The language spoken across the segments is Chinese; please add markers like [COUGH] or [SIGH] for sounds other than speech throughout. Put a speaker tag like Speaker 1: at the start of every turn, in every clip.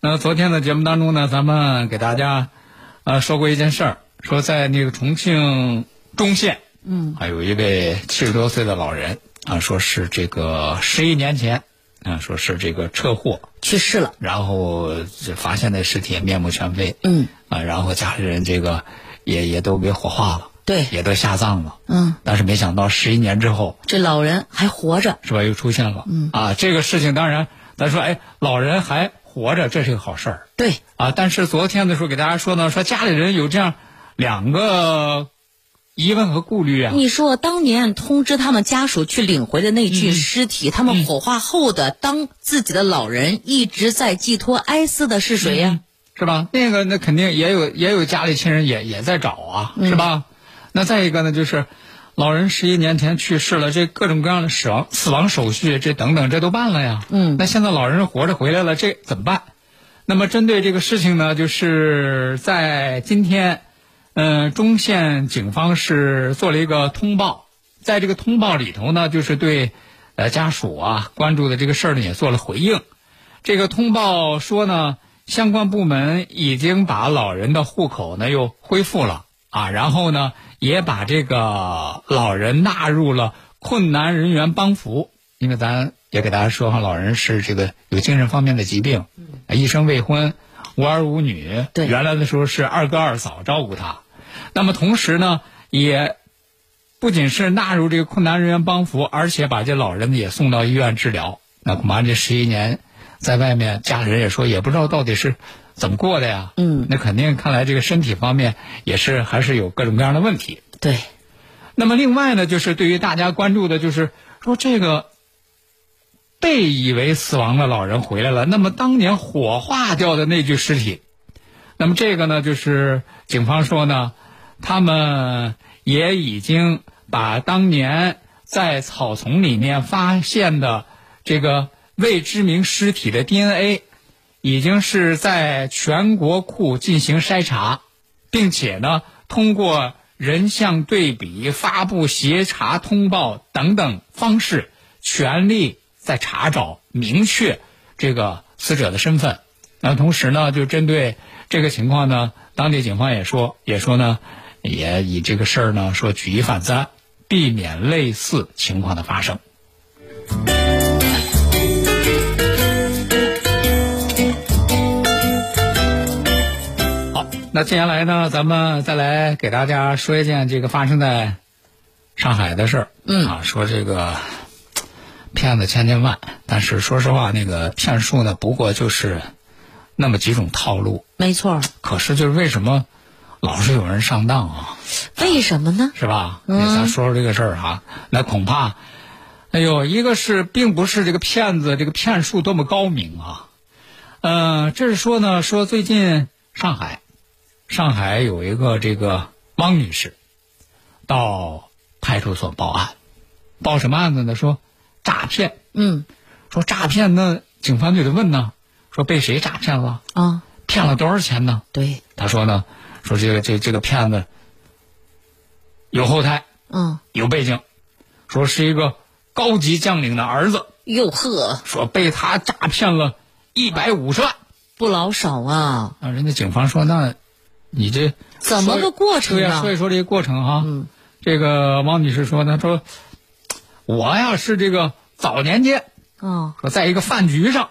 Speaker 1: 那昨天的节目当中呢，咱们给大家呃说过一件事儿，说在那个重庆中县，嗯，啊有一位七十多岁的老人啊，说是这个十一年前啊，说是这个车祸
Speaker 2: 去世了，
Speaker 1: 然后就发现那尸体面目全非，
Speaker 2: 嗯，
Speaker 1: 啊，然后家里人这个也也都给火化了，
Speaker 2: 对
Speaker 1: 也都下葬了，
Speaker 2: 嗯，
Speaker 1: 但是没想到十一年之后，
Speaker 2: 这老人还活着，
Speaker 1: 是吧？又出现了，嗯，啊，这个事情当然，咱说，哎，老人还活着，这是个好事儿
Speaker 2: 对，
Speaker 1: 啊。但是昨天的时候给大家说呢，说家里人有这样两个疑问和顾虑啊，
Speaker 2: 你说当年通知他们家属去领回的那具尸体，他们火化后的当自己的老人一直在寄托哀思的是谁呀、
Speaker 1: 嗯是吧？那个那肯定也有也有家里亲人也也在找啊，
Speaker 2: 嗯
Speaker 1: 是吧？那再一个呢，就是老人十一年前去世了，这各种各样的死亡死亡手续这等等这都办了呀。
Speaker 2: 嗯
Speaker 1: 那现在老人活着回来了，这怎么办？那么针对这个事情呢，就是在今天，嗯、中县警方是做了一个通报，在这个通报里头呢，就是对呃家属啊关注的这个事儿呢也做了回应。这个通报说呢，相关部门已经把老人的户口呢又恢复了啊，然后呢也把这个老人纳入了困难人员帮扶，因为咱也给大家说哈，老人是这个有精神方面的疾病，啊一生未婚，无儿无女，
Speaker 2: 对
Speaker 1: 原来的时候是二哥二嫂照顾他，那么同时呢也。不仅是纳入这个困难人员帮扶，而且把这老人呢也送到医院治疗。那恐怕这十一年在外面，家里人也说也不知道到底是怎么过的呀。
Speaker 2: 嗯
Speaker 1: 那肯定看来这个身体方面也是还是有各种各样的问题。
Speaker 2: 对，
Speaker 1: 那么另外呢，就是对于大家关注的，就是说这个被以为死亡的老人回来了，那么当年火化掉的那具尸体，那么这个呢，就是警方说呢，他们也已经把当年在草丛里面发现的这个未知名尸体的 DNA，已经是在全国库进行筛查，并且呢，通过人像对比、发布协查通报等等方式，全力在查找、明确这个死者的身份。那同时呢，就针对这个情况呢，当地警方也说，也说呢，也以这个事儿呢说举一反三，避免类似情况的发生。好，那接下来呢，咱们再来给大家说一件这个发生在上海的事儿。嗯啊，说这个骗子千千万，但是说实话，那个骗术呢，不过就是那么几种套路。
Speaker 2: 没错儿。
Speaker 1: 可是就是为什么老是有人上当啊，
Speaker 2: 为什么呢？
Speaker 1: 是吧？那咱说说这个事儿哈，那恐怕，哎呦，一个是并不是这个骗子这个骗术多么高明啊，呃，这是说呢，说最近上海，上海有一个这个汪女士到派出所报案，报什么案子呢？说诈骗，
Speaker 2: 嗯
Speaker 1: 说诈骗，那警方就得问呢，说被谁诈骗了？
Speaker 2: 啊，
Speaker 1: 骗了多少钱呢？
Speaker 2: 对，
Speaker 1: 他说呢，说这个这这个骗子有后台，
Speaker 2: 嗯，
Speaker 1: 有背景，说是一个高级将领的儿子，
Speaker 2: 哟呵，
Speaker 1: 说被他诈骗了一百五十万。
Speaker 2: 不老少啊，
Speaker 1: 啊，人家警方说，那你这
Speaker 2: 怎么个过程
Speaker 1: 对呀、
Speaker 2: 啊？嗯
Speaker 1: 所以说这个过程哈、这个王女士说呢，说我呀是这个早年间
Speaker 2: 哦，
Speaker 1: 说在一个饭局上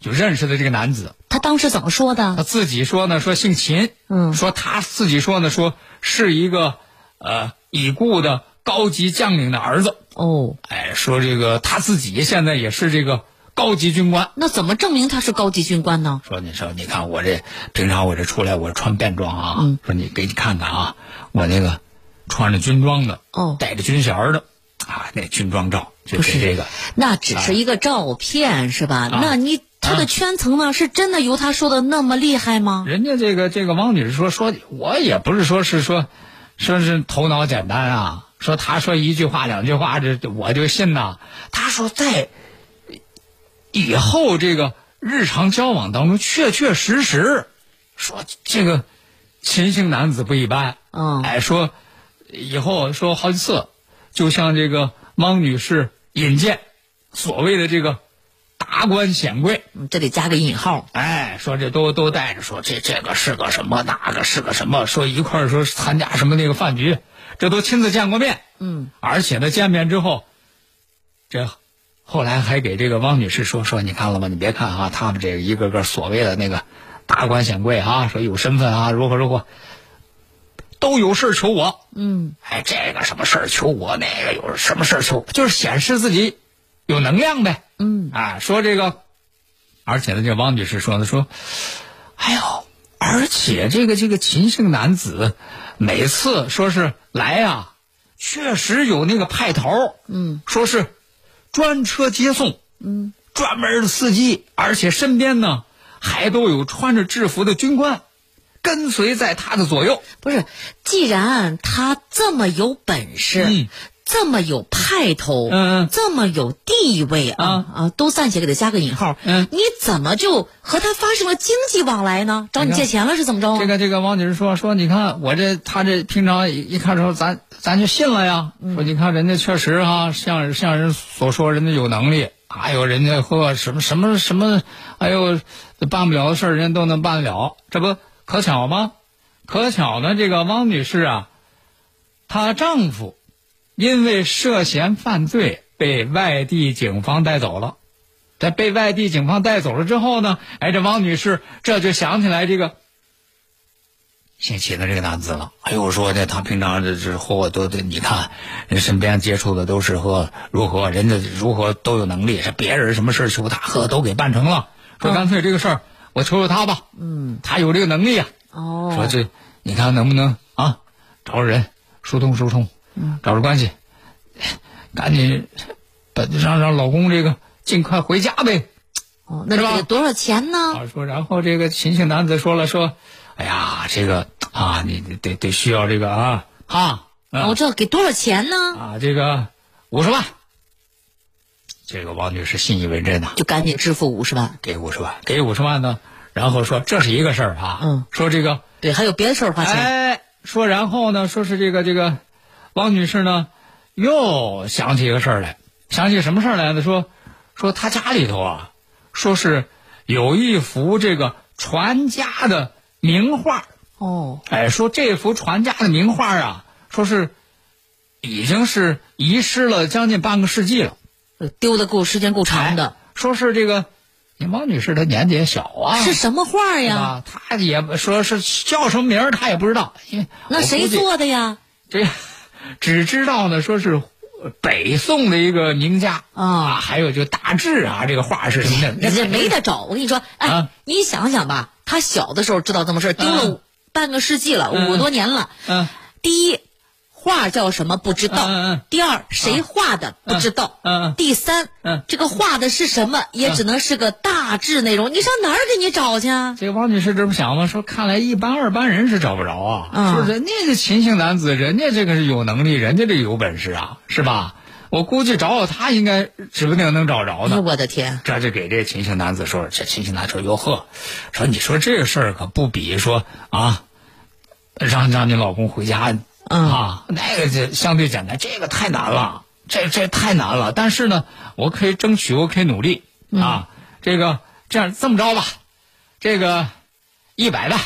Speaker 1: 就认识的这个男子，
Speaker 2: 他当时怎么说
Speaker 1: 他
Speaker 2: 的？
Speaker 1: 自己说呢，说姓秦，
Speaker 2: 嗯
Speaker 1: 说他自己说呢，说是一个呃已故的高级将领的儿子，
Speaker 2: 哦，
Speaker 1: 哎，说这个他自己现在也是这个高级军官。
Speaker 2: 那怎么证明他是高级军官呢？
Speaker 1: 说你说你看我这平常我这出来我穿便装啊，
Speaker 2: 嗯
Speaker 1: 说你给你看看啊，我那个穿着军装的，
Speaker 2: 哦
Speaker 1: 带着军衔儿的，啊，那军装照就
Speaker 2: 不
Speaker 1: 给
Speaker 2: 是
Speaker 1: 这个，
Speaker 2: 那只是一个照片是吧？
Speaker 1: 啊
Speaker 2: 那你他的圈层呢？是真的如他说的那么厉害吗？
Speaker 1: 人家这个这个汪女士说说，我也不是说是说，说是头脑简单啊，说她说一句话两句话，这这我就信呐。她说在以后这个日常交往当中，确确实实说这个秦姓男子不一般。
Speaker 2: 嗯
Speaker 1: 哎，说以后说好几次，就像这个汪女士引荐所谓的这个达官显贵，
Speaker 2: 嗯这得加个引号。
Speaker 1: 哎，说这都都带着说这这个是个什么，那个是个什么，说一块儿说参加什么那个饭局，这都亲自见过面。
Speaker 2: 嗯，
Speaker 1: 而且呢，见面之后，这后来还给这个汪女士说说，你看了吗？你别看啊，他们这个一个个所谓的那个达官显贵啊，说有身份啊，如何如何，都有事儿求我。
Speaker 2: 嗯，
Speaker 1: 哎，这个什么事儿求我，那个有什么事儿求我，就是显示自己有能量呗。
Speaker 2: 嗯，
Speaker 1: 啊，说这个，而且呢，这个汪女士说呢，说，哎呦，而且这个这个秦姓男子，每次说是来啊，确实有那个派头，嗯，说是专车接送，嗯，专门的司机，而且身边呢还都有穿着制服的军官，跟随在他的左右。
Speaker 2: 不是，既然他这么有本事，
Speaker 1: 嗯
Speaker 2: 这么有派头，
Speaker 1: 嗯嗯
Speaker 2: 这么有地位啊
Speaker 1: 啊
Speaker 2: 啊，都暂且给他加个引号，
Speaker 1: 嗯
Speaker 2: 你怎么就和他发生了经济往来呢？找你
Speaker 1: 这个
Speaker 2: 借钱了是怎么着啊？
Speaker 1: 这个这个汪女士说说，你看我这他这平常一一看说咱咱就信了呀。说你看人家确实哈、像像人所说，人家有能力，还有人家和什么什么什么，哎呦，办不了的事儿人家都能办得了，这不可巧吗？可巧呢，这个汪女士啊，她丈夫因为涉嫌犯罪被外地警方带走了。在被外地警方带走了之后呢，哎，这汪女士这就想起来这个姓秦的这个男子了。哎呦，说这他平常这这和我都得，你看人身边接触的都是和如何人家如何都有能力，是别人什么事儿求他，呵都给办成了。说干脆这个事儿我求求他吧，嗯，他有这个能力啊。
Speaker 2: 哦，
Speaker 1: 说这你看能不能啊，找着人疏通疏通，找着关系，赶紧把让让老公这个尽快回家呗。
Speaker 2: 哦，那
Speaker 1: 是
Speaker 2: 得
Speaker 1: 吧
Speaker 2: 给多少钱呢？
Speaker 1: 啊，说，然后这个秦姓男子说了说，哎呀，这个啊，你得得得需要这个啊哈
Speaker 2: 啊
Speaker 1: 啊
Speaker 2: 我知道给多少钱呢？
Speaker 1: 啊，这个五十万。这个王女士信以为真呐、
Speaker 2: 就赶紧支付五十万。
Speaker 1: 给五十万，给五十万呢，然后说这是一个事儿啊，
Speaker 2: 嗯，
Speaker 1: 说这个，
Speaker 2: 对，还有别的事儿花钱。
Speaker 1: 哎，说然后呢，说是这个这个，王女士呢又想起一个事儿来，想起什么事儿来呢？说说她家里头啊，说是有一幅这个传家的名画，
Speaker 2: 哦，
Speaker 1: 哎，说这幅传家的名画啊，说是已经是遗失了将近半个世纪了。
Speaker 2: 呃丢的够时间够
Speaker 1: 哎
Speaker 2: 长的。
Speaker 1: 说是这个，你王女士她年纪也小啊，
Speaker 2: 哎是什么画
Speaker 1: 对
Speaker 2: 呀？
Speaker 1: 吧？她也不说是叫什么名儿，她也不知道。因为
Speaker 2: 那
Speaker 1: 我
Speaker 2: 谁
Speaker 1: 估计
Speaker 2: 做的呀？
Speaker 1: 这 [LAUGHS] 只知道呢，说是北宋的一个名家
Speaker 2: 啊
Speaker 1: 还有就大致啊，这个画是什么的，
Speaker 2: 人家没得找。我跟你说，哎，
Speaker 1: 啊
Speaker 2: 你想想吧，他小的时候知道这么事儿，丢了半个世纪了，
Speaker 1: 嗯
Speaker 2: 五多年了。
Speaker 1: 嗯
Speaker 2: 第一，画叫什么不知道；
Speaker 1: 嗯嗯
Speaker 2: 第二，谁画的、不知道；
Speaker 1: 嗯嗯
Speaker 2: 第三，
Speaker 1: 嗯
Speaker 2: 这个画的是什么，也只能是个大致内容。你上哪儿给你找去啊？
Speaker 1: 这个王女士这不想吗？说看来一般二般人是找不着啊。
Speaker 2: 嗯
Speaker 1: 说人家这秦姓男子，人家这个是有能力，人家这有本事啊，是吧？我估计找找他，应该指不定能找着
Speaker 2: 哎
Speaker 1: 呢。
Speaker 2: 我的天，
Speaker 1: 这就给这秦姓男子说，这秦姓男子说哟呵，说你说这个事儿可不比说啊，让让你老公回家、
Speaker 2: 嗯
Speaker 1: 啊，那个就相对简单，这个太难了，这这太难了。但是呢，我可以争取，我可以努力
Speaker 2: 嗯
Speaker 1: 啊。这个这样这么着吧，这个一百万，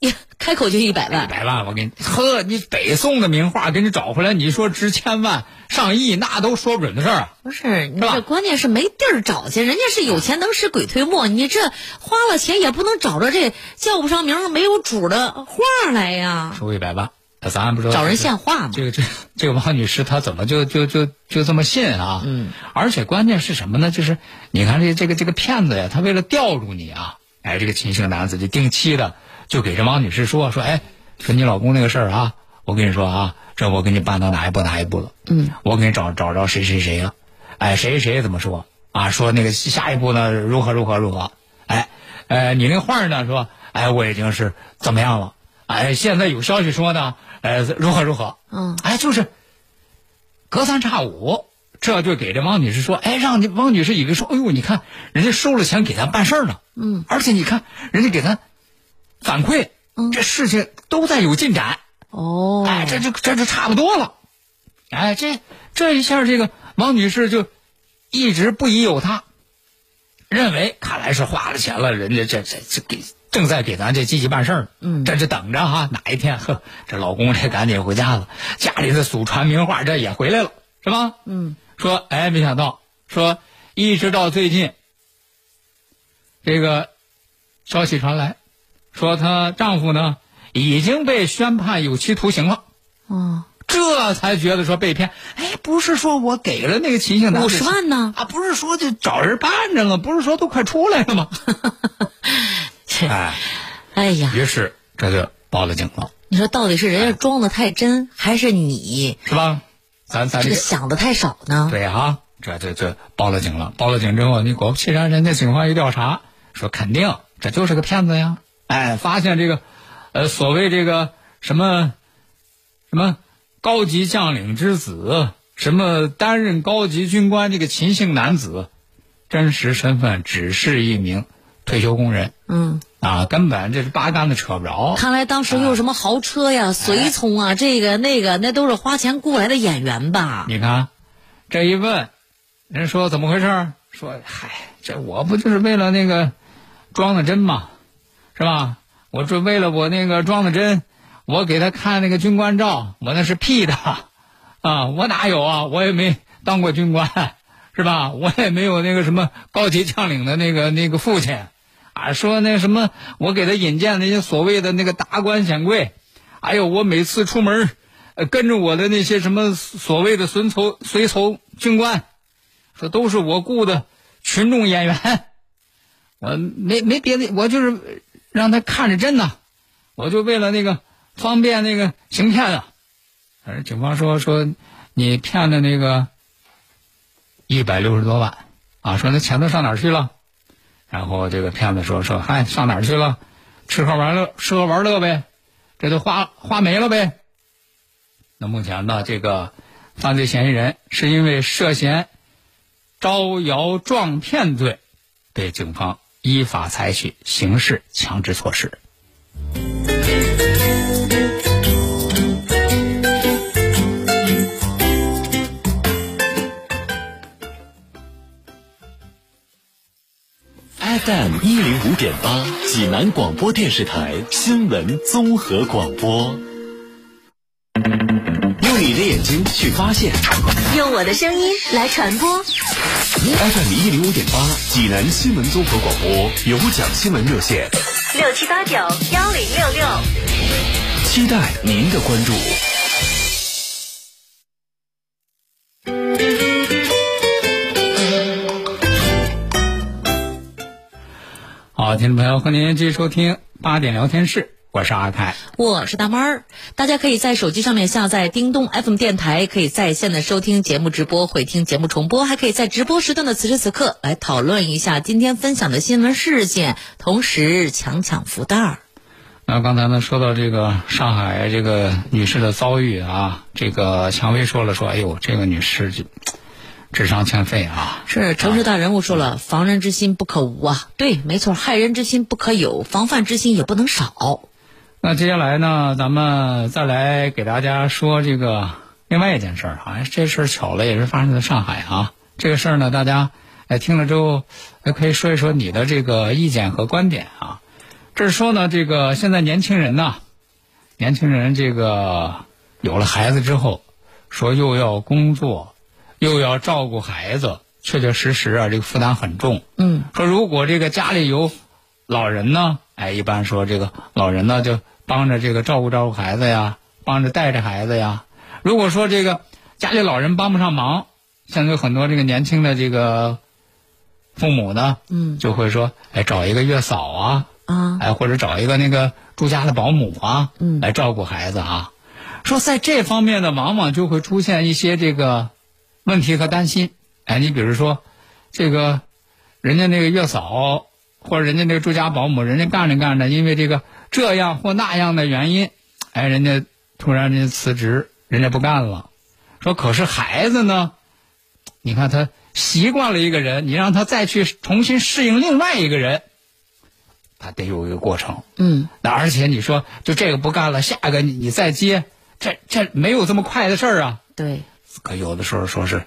Speaker 2: 呀， [LAUGHS] 开口就一百
Speaker 1: 一
Speaker 2: 万，
Speaker 1: 百万，我给你，呵，你北宋的名画给你找回来，你说值千万、上亿，那都说不准的事儿。啊
Speaker 2: 不是你
Speaker 1: 是吧
Speaker 2: 这关键是没地儿找去，人家是有钱能使鬼推磨，你这花了钱也不能找着这叫不上名儿没有主的画来呀，
Speaker 1: 收一百万，咱还不知道
Speaker 2: 找人献画嘛。
Speaker 1: 呃这个这个这个王女士她怎么就就就就这么信啊？嗯，而且关键是什么呢？就是你看这这个这个骗子呀，他为了吊住你啊，哎，这个秦姓男子就定期的就给这王女士说说，哎，说你老公那个事儿啊，我跟你说啊，这我给你办到哪一步哪一步了，嗯，我给你找找着谁谁谁了，哎，谁谁怎么说啊？说那个下一步呢如何如何如何，哎，呃，你那画儿呢说，哎，我已经是怎么样了？哎，现在有消息说呢，呃，如何如何？
Speaker 2: 嗯，
Speaker 1: 哎，就是隔三差五，这就给这汪女士说，哎，让你汪女士以为说，哎呦，你看人家收了钱给咱办事儿呢，嗯，而且你看人家给咱反馈，这事情都在有进展，
Speaker 2: 哦，
Speaker 1: 哎，这就这就差不多了，哎，这这一下，这个王女士就一直不疑有他，认为看来是花了钱了，人家这这这给正在给咱这积极办事儿呢，嗯，这是等着哈，哪一天呵，这老公这赶紧回家了，家里的祖传名画这也回来了，是吧？嗯，说哎，没想到说一直到最近，这个消息传来，说她丈夫呢已经被宣判有期徒刑了。
Speaker 2: 哦，
Speaker 1: 这才觉得说被骗。哎，不是说我给了那个秦姓男子
Speaker 2: 50万呢
Speaker 1: 啊，不是说就找人办着了，不是说都快出来了吗？哎，
Speaker 2: 哎呀，
Speaker 1: 于是这就报了警了，
Speaker 2: 你说到底是人家装的太真，还是你
Speaker 1: 是吧？咱咱
Speaker 2: 这
Speaker 1: 啊这
Speaker 2: 个
Speaker 1: 个
Speaker 2: 想的太少呢？
Speaker 1: 对啊，这这这报了警了，报了警之后，你果不其然，人家警方一调查，说肯定这就是个骗子呀。哎，发现这个，呃，所谓这个什么什么高级将领之子，什么担任高级军官这个秦姓男子，真实身份只是一名退休工人
Speaker 2: 嗯，
Speaker 1: 啊，根本这是八竿子扯不着。
Speaker 2: 看来当时又有什么豪车呀、
Speaker 1: 哎
Speaker 2: 随从啊，这个那个，那都是花钱雇来的演员吧？
Speaker 1: 你看，这一问，人说怎么回事儿？说嗨，这我不就是为了那个装的真嘛，是吧？我这为了我那个装的真，我给他看那个军官照，我那是 P 的，啊，我哪有啊？我也没当过军官，是吧？我也没有那个什么高级将领的那个那个父亲，啊，说那什么，我给他引荐那些所谓的那个达官显贵，哎呦，我每次出门，呃，跟着我的那些什么所谓的随从随从军官，说都是我雇的群众演员，我没没别的，我就是让他看着真呐、我就为了那个方便那个行骗啊。反正警方说说你骗的那个一百六十多万啊，说那钱都上哪儿去了？然后这个骗子说说，嗨、上哪儿去了？吃喝玩乐，吃喝玩乐呗，这都花花没了呗。那目前呢，这个犯罪嫌疑人是因为涉嫌招摇撞骗罪，被警方依法采取刑事强制措施。
Speaker 3: FM 一零五点八，济南广播电视台新闻综合广播。
Speaker 4: 用你的眼睛去发现。
Speaker 5: 用我的声音来传播。
Speaker 3: FM 一零五点八，济南新闻综合广播有奖新闻热线，
Speaker 5: 六七八九幺零六六。
Speaker 3: 期待您的关注。
Speaker 1: 好，听众朋友，欢迎您继续收听八点聊天室，我是阿凯。
Speaker 2: 我是大猫儿，大家可以在手机上面下载叮咚 FM 电台，可以在线的收听节目直播、回听节目重播，还可以在直播时段的此时此刻来讨论一下今天分享的新闻事件，同时抢抢福袋儿。
Speaker 1: 那刚才呢，说到这个上海这个女士的遭遇啊，这个蔷薇说了说，哎呦，这个女士这智商欠费啊，
Speaker 2: 是城市大人物说了，防人之心不可无啊，对，没错，害人之心不可有，防范之心也不能少。
Speaker 1: 那接下来呢，咱们再来给大家说这个另外一件事儿啊，这事儿巧了，也是发生在上海啊。这个事儿呢，大家哎听了之后，哎可以说一说你的这个意见和观点啊。这是说呢，这个现在年轻人呐、年轻人这个有了孩子之后，说又要工作，又要照顾孩子，确确实实啊，这个负担很重。
Speaker 2: 嗯，
Speaker 1: 说如果这个家里有老人呢，哎，一般说这个老人呢就帮着这个照顾照顾孩子呀，帮着带着孩子呀。如果说这个家里老人帮不上忙，现在有很多这个年轻的这个父母呢，
Speaker 2: 嗯
Speaker 1: 就会说，哎，找一个月嫂啊，
Speaker 2: 啊，
Speaker 1: 哎，或者找一个那个住家的保姆啊，
Speaker 2: 嗯
Speaker 1: 来照顾孩子啊。说在这方面呢，往往就会出现一些这个问题和担心。哎，你比如说，这个人家那个月嫂或者人家那个住家保姆，人家干着干着，因为这个这样或那样的原因，哎，人家突然人家辞职，人家不干了。说可是孩子呢，你看他习惯了一个人，你让他再去重新适应另外一个人，他得有一个过程。
Speaker 2: 嗯
Speaker 1: 那而且你说就这个不干了，下个你你再接，这这没有这么快的事儿啊。
Speaker 2: 对，
Speaker 1: 可有的时候说是，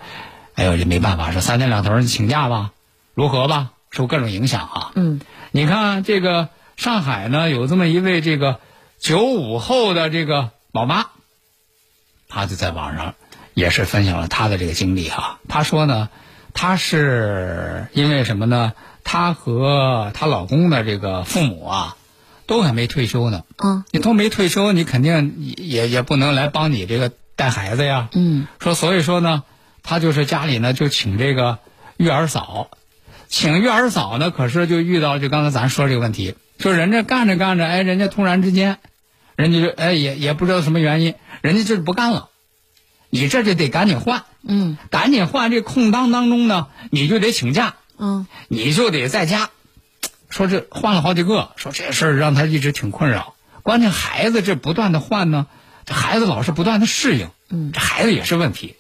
Speaker 1: 哎呦，这没办法，说三天两头儿你请假吧，如何吧，受各种影响啊。
Speaker 2: 嗯
Speaker 1: 你看这个上海呢，有这么一位这个九五后的这个宝妈，她就在网上也是分享了她的这个经历哈、她说呢，她是因为什么呢？她和她老公的这个父母啊，都还没退休呢。
Speaker 2: 啊
Speaker 1: 你都没退休，你肯定也也不能来帮你这个带孩子呀。
Speaker 2: 嗯
Speaker 1: 说所以说呢，他就是家里呢就请这个育儿嫂，请育儿嫂呢，可是就遇到就刚才咱说这个问题，就人家干着干着，哎，人家突然之间，人家就哎也也不知道什么原因，人家就是不干了，你这就得赶紧换，
Speaker 2: 嗯
Speaker 1: 赶紧换这空档当中呢，你就得请假，
Speaker 2: 啊
Speaker 1: 你就得在家。说这换了好几个，说这事儿让他一直挺困扰。关键孩子这不断的换呢，这孩子老是不断的适应，
Speaker 2: 嗯
Speaker 1: 这孩子也是问题。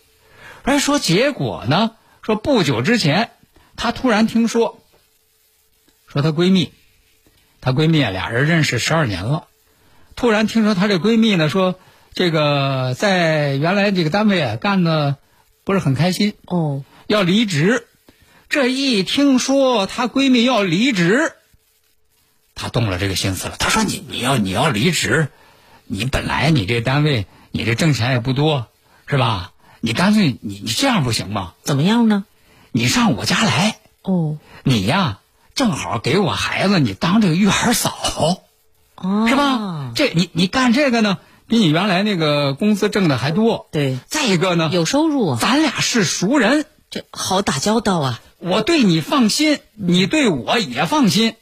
Speaker 1: 而说结果呢，说不久之前，她突然听说，说她闺蜜，她闺蜜啊俩人认识十二年了，突然听说她这闺蜜呢说，这个在原来这个单位啊干的不是很开心，
Speaker 2: 哦
Speaker 1: 要离职。这一听说她闺蜜要离职，她动了这个心思了。她说你：“你要你要离职，你本来你这单位你这挣钱也不多，是吧？你干脆你你这样不行吗？
Speaker 2: 怎么样呢？
Speaker 1: 你上我家来，
Speaker 2: 哦
Speaker 1: 你呀正好给我孩子你当这个育儿嫂，
Speaker 2: 啊，
Speaker 1: 是吧？这你你干这个呢，比你原来那个工资挣的还多。
Speaker 2: 对，
Speaker 1: 再一个呢，
Speaker 2: [LAUGHS] 有收入啊，
Speaker 1: 咱俩是熟人，
Speaker 2: 这好打交道啊。
Speaker 1: 我对你放心，你对我也放心，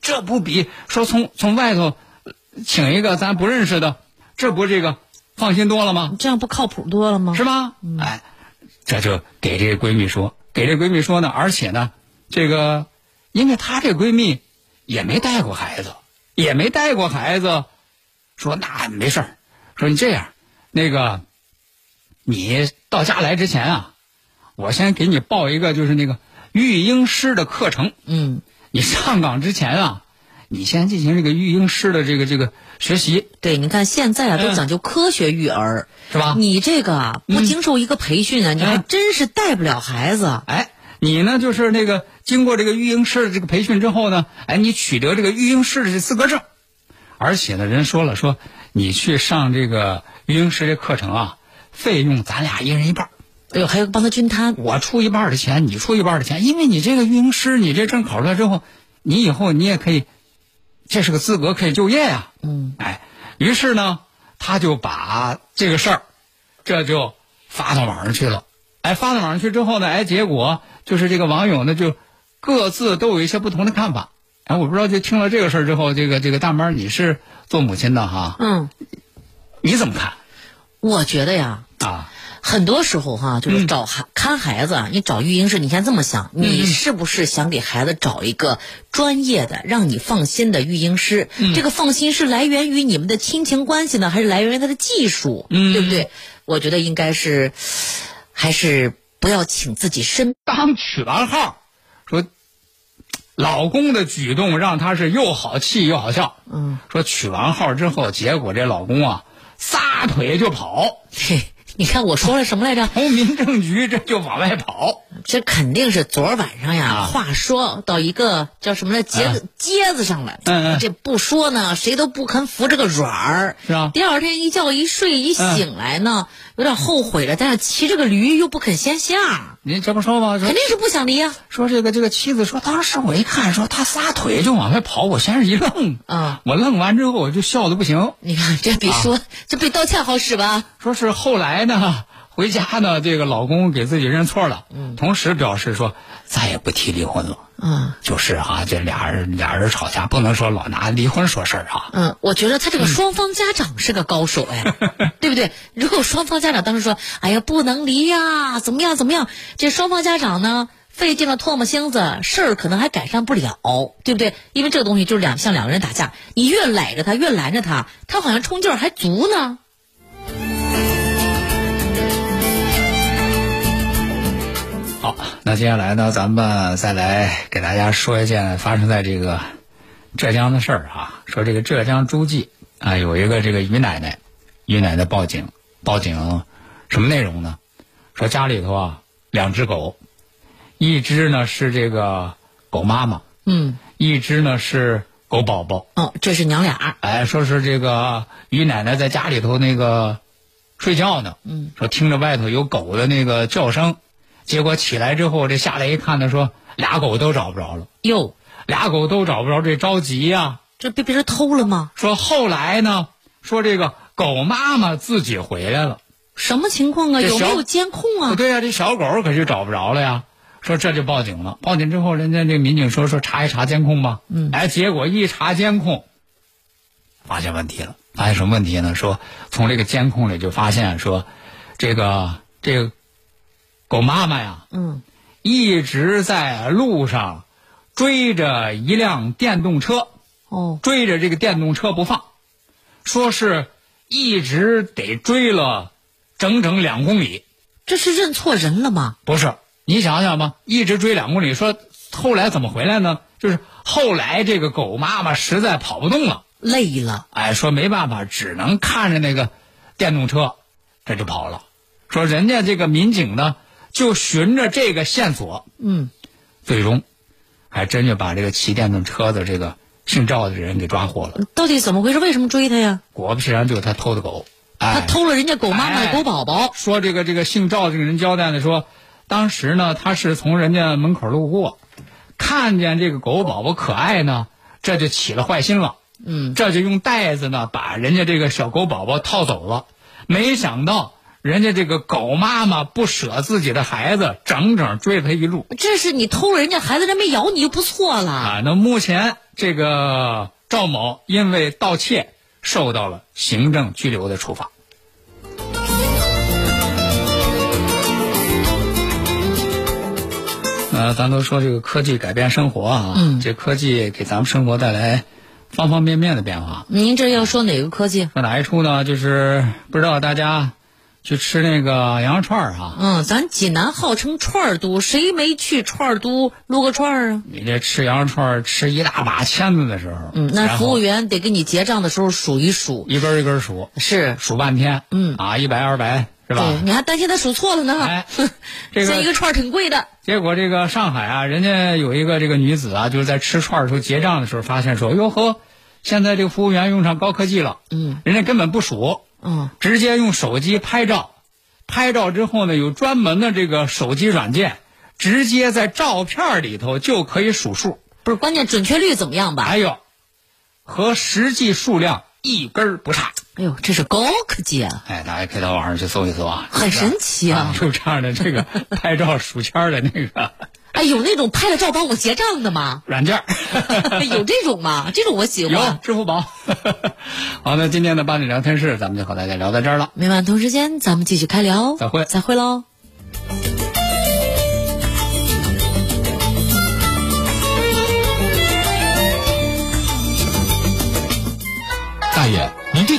Speaker 1: 这不比说从从外头呃请一个咱不认识的，这不这个放心多了吗？
Speaker 2: 这样不靠谱多了吗？
Speaker 1: 是吧？哎，这就给这闺蜜说，给这闺蜜说呢，而且呢，这个因为她这闺蜜也没带过孩子，也没带过孩子，说那没事儿，说你这样，那个你到家来之前啊，我先给你报一个就是那个育婴师的课程，
Speaker 2: 嗯，
Speaker 1: 你上岗之前啊，你先进行这个育婴师的这个这个学习，
Speaker 2: 对，你看现在啊，都
Speaker 1: 嗯
Speaker 2: 讲究科学育儿，
Speaker 1: 是吧？
Speaker 2: 你这个啊，不经受一个培训啊，你还
Speaker 1: 嗯
Speaker 2: 真是带不了孩子。
Speaker 1: 哎，你呢就是那个经过这个育婴师的这个培训之后呢，哎，你取得这个育婴师的这资格证，而且呢，人说了说你去上这个育婴师这课程啊，费用咱俩一人一半儿，
Speaker 2: 哎呦，还要帮他均摊。
Speaker 1: 我出一半儿的钱，你出一半儿的钱，因为你这个育婴师，你这证考出来之后，你以后你也可以，这是个资格，可以就业呀、
Speaker 2: 嗯，
Speaker 1: 哎，于是呢，他就把这个事儿，这就发到网上去了。哎，发到网上去之后呢，哎，结果就是这个网友呢就各自都有一些不同的看法。哎，我不知道，就听了这个事儿之后，这个这个大妈儿，你是做母亲的哈，
Speaker 2: 嗯，
Speaker 1: 你怎么看
Speaker 2: 我觉得呀，
Speaker 1: 啊？
Speaker 2: 很多时候哈，
Speaker 1: 嗯
Speaker 2: 就是找孩、看孩子，啊，你找育婴师，你先这么想，你是不是想给孩子找一个专业的、让你放心的育婴师？
Speaker 1: 嗯
Speaker 2: 这个放心是来源于你们的亲情关系呢，还是来源于他的技术？
Speaker 1: 嗯
Speaker 2: 对不对？我觉得应该是，还是不要请自己身
Speaker 1: 刚取完号，说老公的举动让她是又好气又好笑。
Speaker 2: 嗯，
Speaker 1: 说取完号之后，结果这老公啊撒腿就跑。
Speaker 2: 嘿， [LAUGHS] 你看我说了什么来着？
Speaker 1: 从民政局这就往外跑，
Speaker 2: 这肯定是昨儿晚上呀，
Speaker 1: 啊
Speaker 2: 话说到一个叫什么来，节子、疖子上了。
Speaker 1: 嗯嗯
Speaker 2: 这不说呢，谁都不肯服这个软儿。
Speaker 1: 是啊
Speaker 2: 第二天一觉一睡一醒来呢，有点后悔了，但是骑这个驴又不肯先下，
Speaker 1: 您这不说吗？说
Speaker 2: 肯定是不想离呀、
Speaker 1: 说这个这个妻子说，当时我一看，说他撒腿就往外跑，我先是一愣，
Speaker 2: 啊
Speaker 1: 我愣完之后我就笑的不行。
Speaker 2: 你看，这比说、这比道歉好使吧？
Speaker 1: 说是后来呢，回家呢，这个老公给自己认错了，同时表示说再也不提离婚了。
Speaker 2: 嗯
Speaker 1: 就是啊，这俩人俩人吵架，不能说老拿离婚说事儿啊。
Speaker 2: 嗯，我觉得他这个双方家长是个高手哎，对不对？如果双方家长当时说，哎呀不能离呀、怎么样怎么样，这双方家长呢费尽了唾沫星子，事儿可能还改善不了，对不对？因为这个东西就是两像两个人打架，你越赖着他，越拦着他，他好像冲劲儿还足呢。
Speaker 1: 好，那接下来呢，咱们再来给大家说一件发生在这个浙江的事儿啊。说这个浙江诸暨啊，有一个这个于奶奶，于奶奶报警，报警什么内容呢？说家里头啊两只狗，一只呢是这个狗妈妈，
Speaker 2: 嗯，
Speaker 1: 一只呢是狗宝宝。
Speaker 2: 哦，这是娘俩儿，
Speaker 1: 哎，说是这个于奶奶在家里头那个睡觉呢，嗯，说听着外头有狗的那个叫声，结果起来之后，这下来一看呢，说俩狗都找不着了，
Speaker 2: 哟，
Speaker 1: 俩狗都找不着，这着急呀、
Speaker 2: 这被别人偷了吗？
Speaker 1: 说后来呢，说这个狗妈妈自己回来了，
Speaker 2: 什么情况啊？
Speaker 1: 这
Speaker 2: 有没
Speaker 1: 小
Speaker 2: 有监控啊？
Speaker 1: 对呀、这小狗可就找不着了呀。说这就报警了，报警之后，人家这民警说说查一查监控吧，嗯，哎，结果一查监控，发现问题了，发现什么问题呢？说从这个监控里就发现说，这个这个狗妈妈呀，
Speaker 2: 嗯，
Speaker 1: 一直在路上追着一辆电动车，
Speaker 2: 哦，
Speaker 1: 追着这个电动车不放，说是一直得追了整整两公里。
Speaker 2: 这是认错人了吗？
Speaker 1: 不是，你想想吧，一直追两公里，说后来怎么回来呢？就是后来这个狗妈妈实在跑不动了，
Speaker 2: 累了，
Speaker 1: 哎，说没办法，只能看着那个电动车，这就跑了。说人家这个民警呢，就循着这个线索，
Speaker 2: 嗯，
Speaker 1: 最终还真就把这个骑电动车的这个姓赵的人给抓获了。
Speaker 2: 到底怎么回事？为什么追他呀？
Speaker 1: 果不其然，就是他偷的狗。
Speaker 2: 他
Speaker 1: 哎，
Speaker 2: 偷了人家狗妈妈的
Speaker 1: 哎
Speaker 2: 狗宝宝。
Speaker 1: 说这个这个姓赵的这个人交代的说，当时呢他是从人家门口路过，看见这个狗宝宝可爱呢，这就起了坏心了。嗯，这就用袋子呢把人家这个小狗宝宝套走了。没想到人家这个狗妈妈不舍自己的孩子，整整追了他一路
Speaker 2: 这是你偷了人家孩子，人没咬你就不错了。
Speaker 1: 啊。那目前这个赵某因为盗窃受到了行政拘留的处罚。呃，咱都说这个科技改变生活啊，
Speaker 2: 嗯
Speaker 1: 这科技给咱们生活带来方方面面的变化。
Speaker 2: 您这要说哪个科技？
Speaker 1: 说哪一处呢？就是不知道大家去吃那个羊肉串儿啊，
Speaker 2: 嗯，咱济南号称串儿都，谁没去串儿都撸个串儿啊？
Speaker 1: 你这吃羊肉串儿吃一大把签子的时候，
Speaker 2: 嗯，那
Speaker 1: 然后
Speaker 2: 服务员得给你结账的时候数一数。
Speaker 1: 一根儿一根儿数，
Speaker 2: 是，
Speaker 1: 数半天，
Speaker 2: 嗯
Speaker 1: 啊，一百二百是吧？
Speaker 2: 对，你还担心他数错了呢。 [LAUGHS]
Speaker 1: 哎这个
Speaker 2: 一个串儿挺贵的。
Speaker 1: 结果这个上海啊，人家有一个这个女子啊，就是在吃串儿的时候结账的时候发现说，哟呵，现在这个服务员用上高科技了，
Speaker 2: 嗯，
Speaker 1: 人家根本不数，
Speaker 2: 嗯，
Speaker 1: 直接用手机拍照，拍照之后呢，有专门的这个手机软件，直接在照片里头就可以数数，
Speaker 2: 不是，关键准确率怎么样吧？
Speaker 1: 哎呦，和实际数量一根儿不差。
Speaker 2: 哎呦，这是高科技
Speaker 1: [LAUGHS]
Speaker 2: 啊，
Speaker 1: 哎，大家可以到网上去搜一搜啊， [LAUGHS]
Speaker 2: 很神奇啊！
Speaker 1: 有这样的这个拍照数签儿的那个？
Speaker 2: 哎，有那种拍了照帮我结账的吗
Speaker 1: [LAUGHS]
Speaker 2: 哎
Speaker 1: 软件儿。
Speaker 2: 有这种吗？这种我喜
Speaker 1: 有
Speaker 2: 欢。
Speaker 1: 支付宝。 [LAUGHS] 好，那今天的八点聊天室咱们就和大家聊到这儿了。
Speaker 2: 每晚同时间，咱们继续开聊。哦
Speaker 1: 再会
Speaker 2: 再会喽。
Speaker 3: 大爷，您这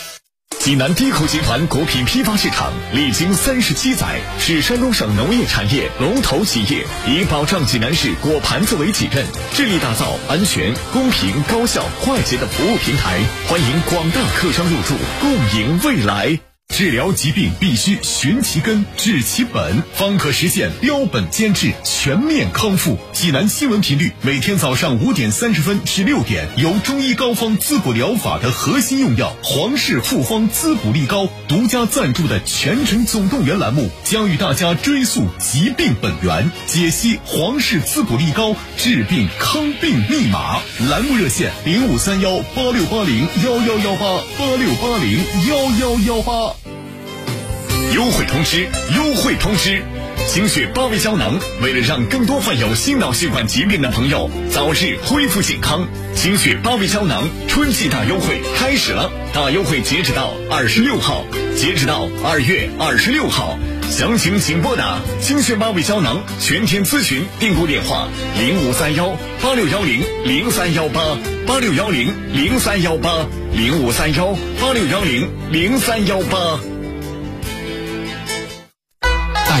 Speaker 6: 济南低口集团果品批发市场历经三十七载，是山东省农业产业龙头企业，以保障济南市果盘子为己任，致力打造安全、公平、高效、快捷的服务平台，欢迎广大客商入驻，共赢未来。治疗疾病必须寻其根、治其本，方可实现标本兼治、全面康复。济南新闻频率每天早上五点三十分至六点，由中医膏方滋补疗法的核心用药皇氏复方滋补力膏独家赞助的全程总动员栏目，将与大家追溯疾病本源，解析皇氏滋补力膏治病康病密码。栏目热线零五三幺八六八零幺幺幺八八六八零幺幺幺八。优惠通知！优惠通知！清血八味胶囊为了让更多患有心脑血管疾病的朋友早日恢复健康，清血八味胶囊春季大优惠开始了，大优惠截止到二十六号，截止到二月二十六号。详情请拨打清血八味胶囊全天咨询订购电话零五三幺八六幺零零三幺八八六幺零零三幺八零五三幺八六幺零零三幺八。
Speaker 7: 大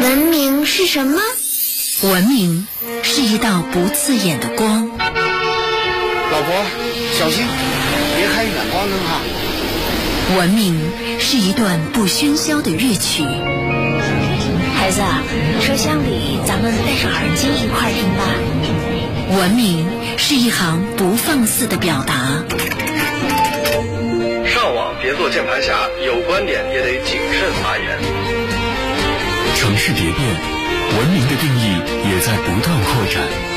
Speaker 8: 文明是什么？
Speaker 9: 文明是一道不刺眼的光。
Speaker 10: 老婆，小心，别开远光灯啊哈。
Speaker 9: 文明是一段不喧嚣的乐曲。
Speaker 11: 孩子，啊车厢里咱们戴上耳机一块听吧。
Speaker 9: 文明是一行不放肆的表达。
Speaker 12: 上网别做键盘侠，有观点也得谨慎发言。
Speaker 3: 城市迭变，文明的定义也在不断扩展。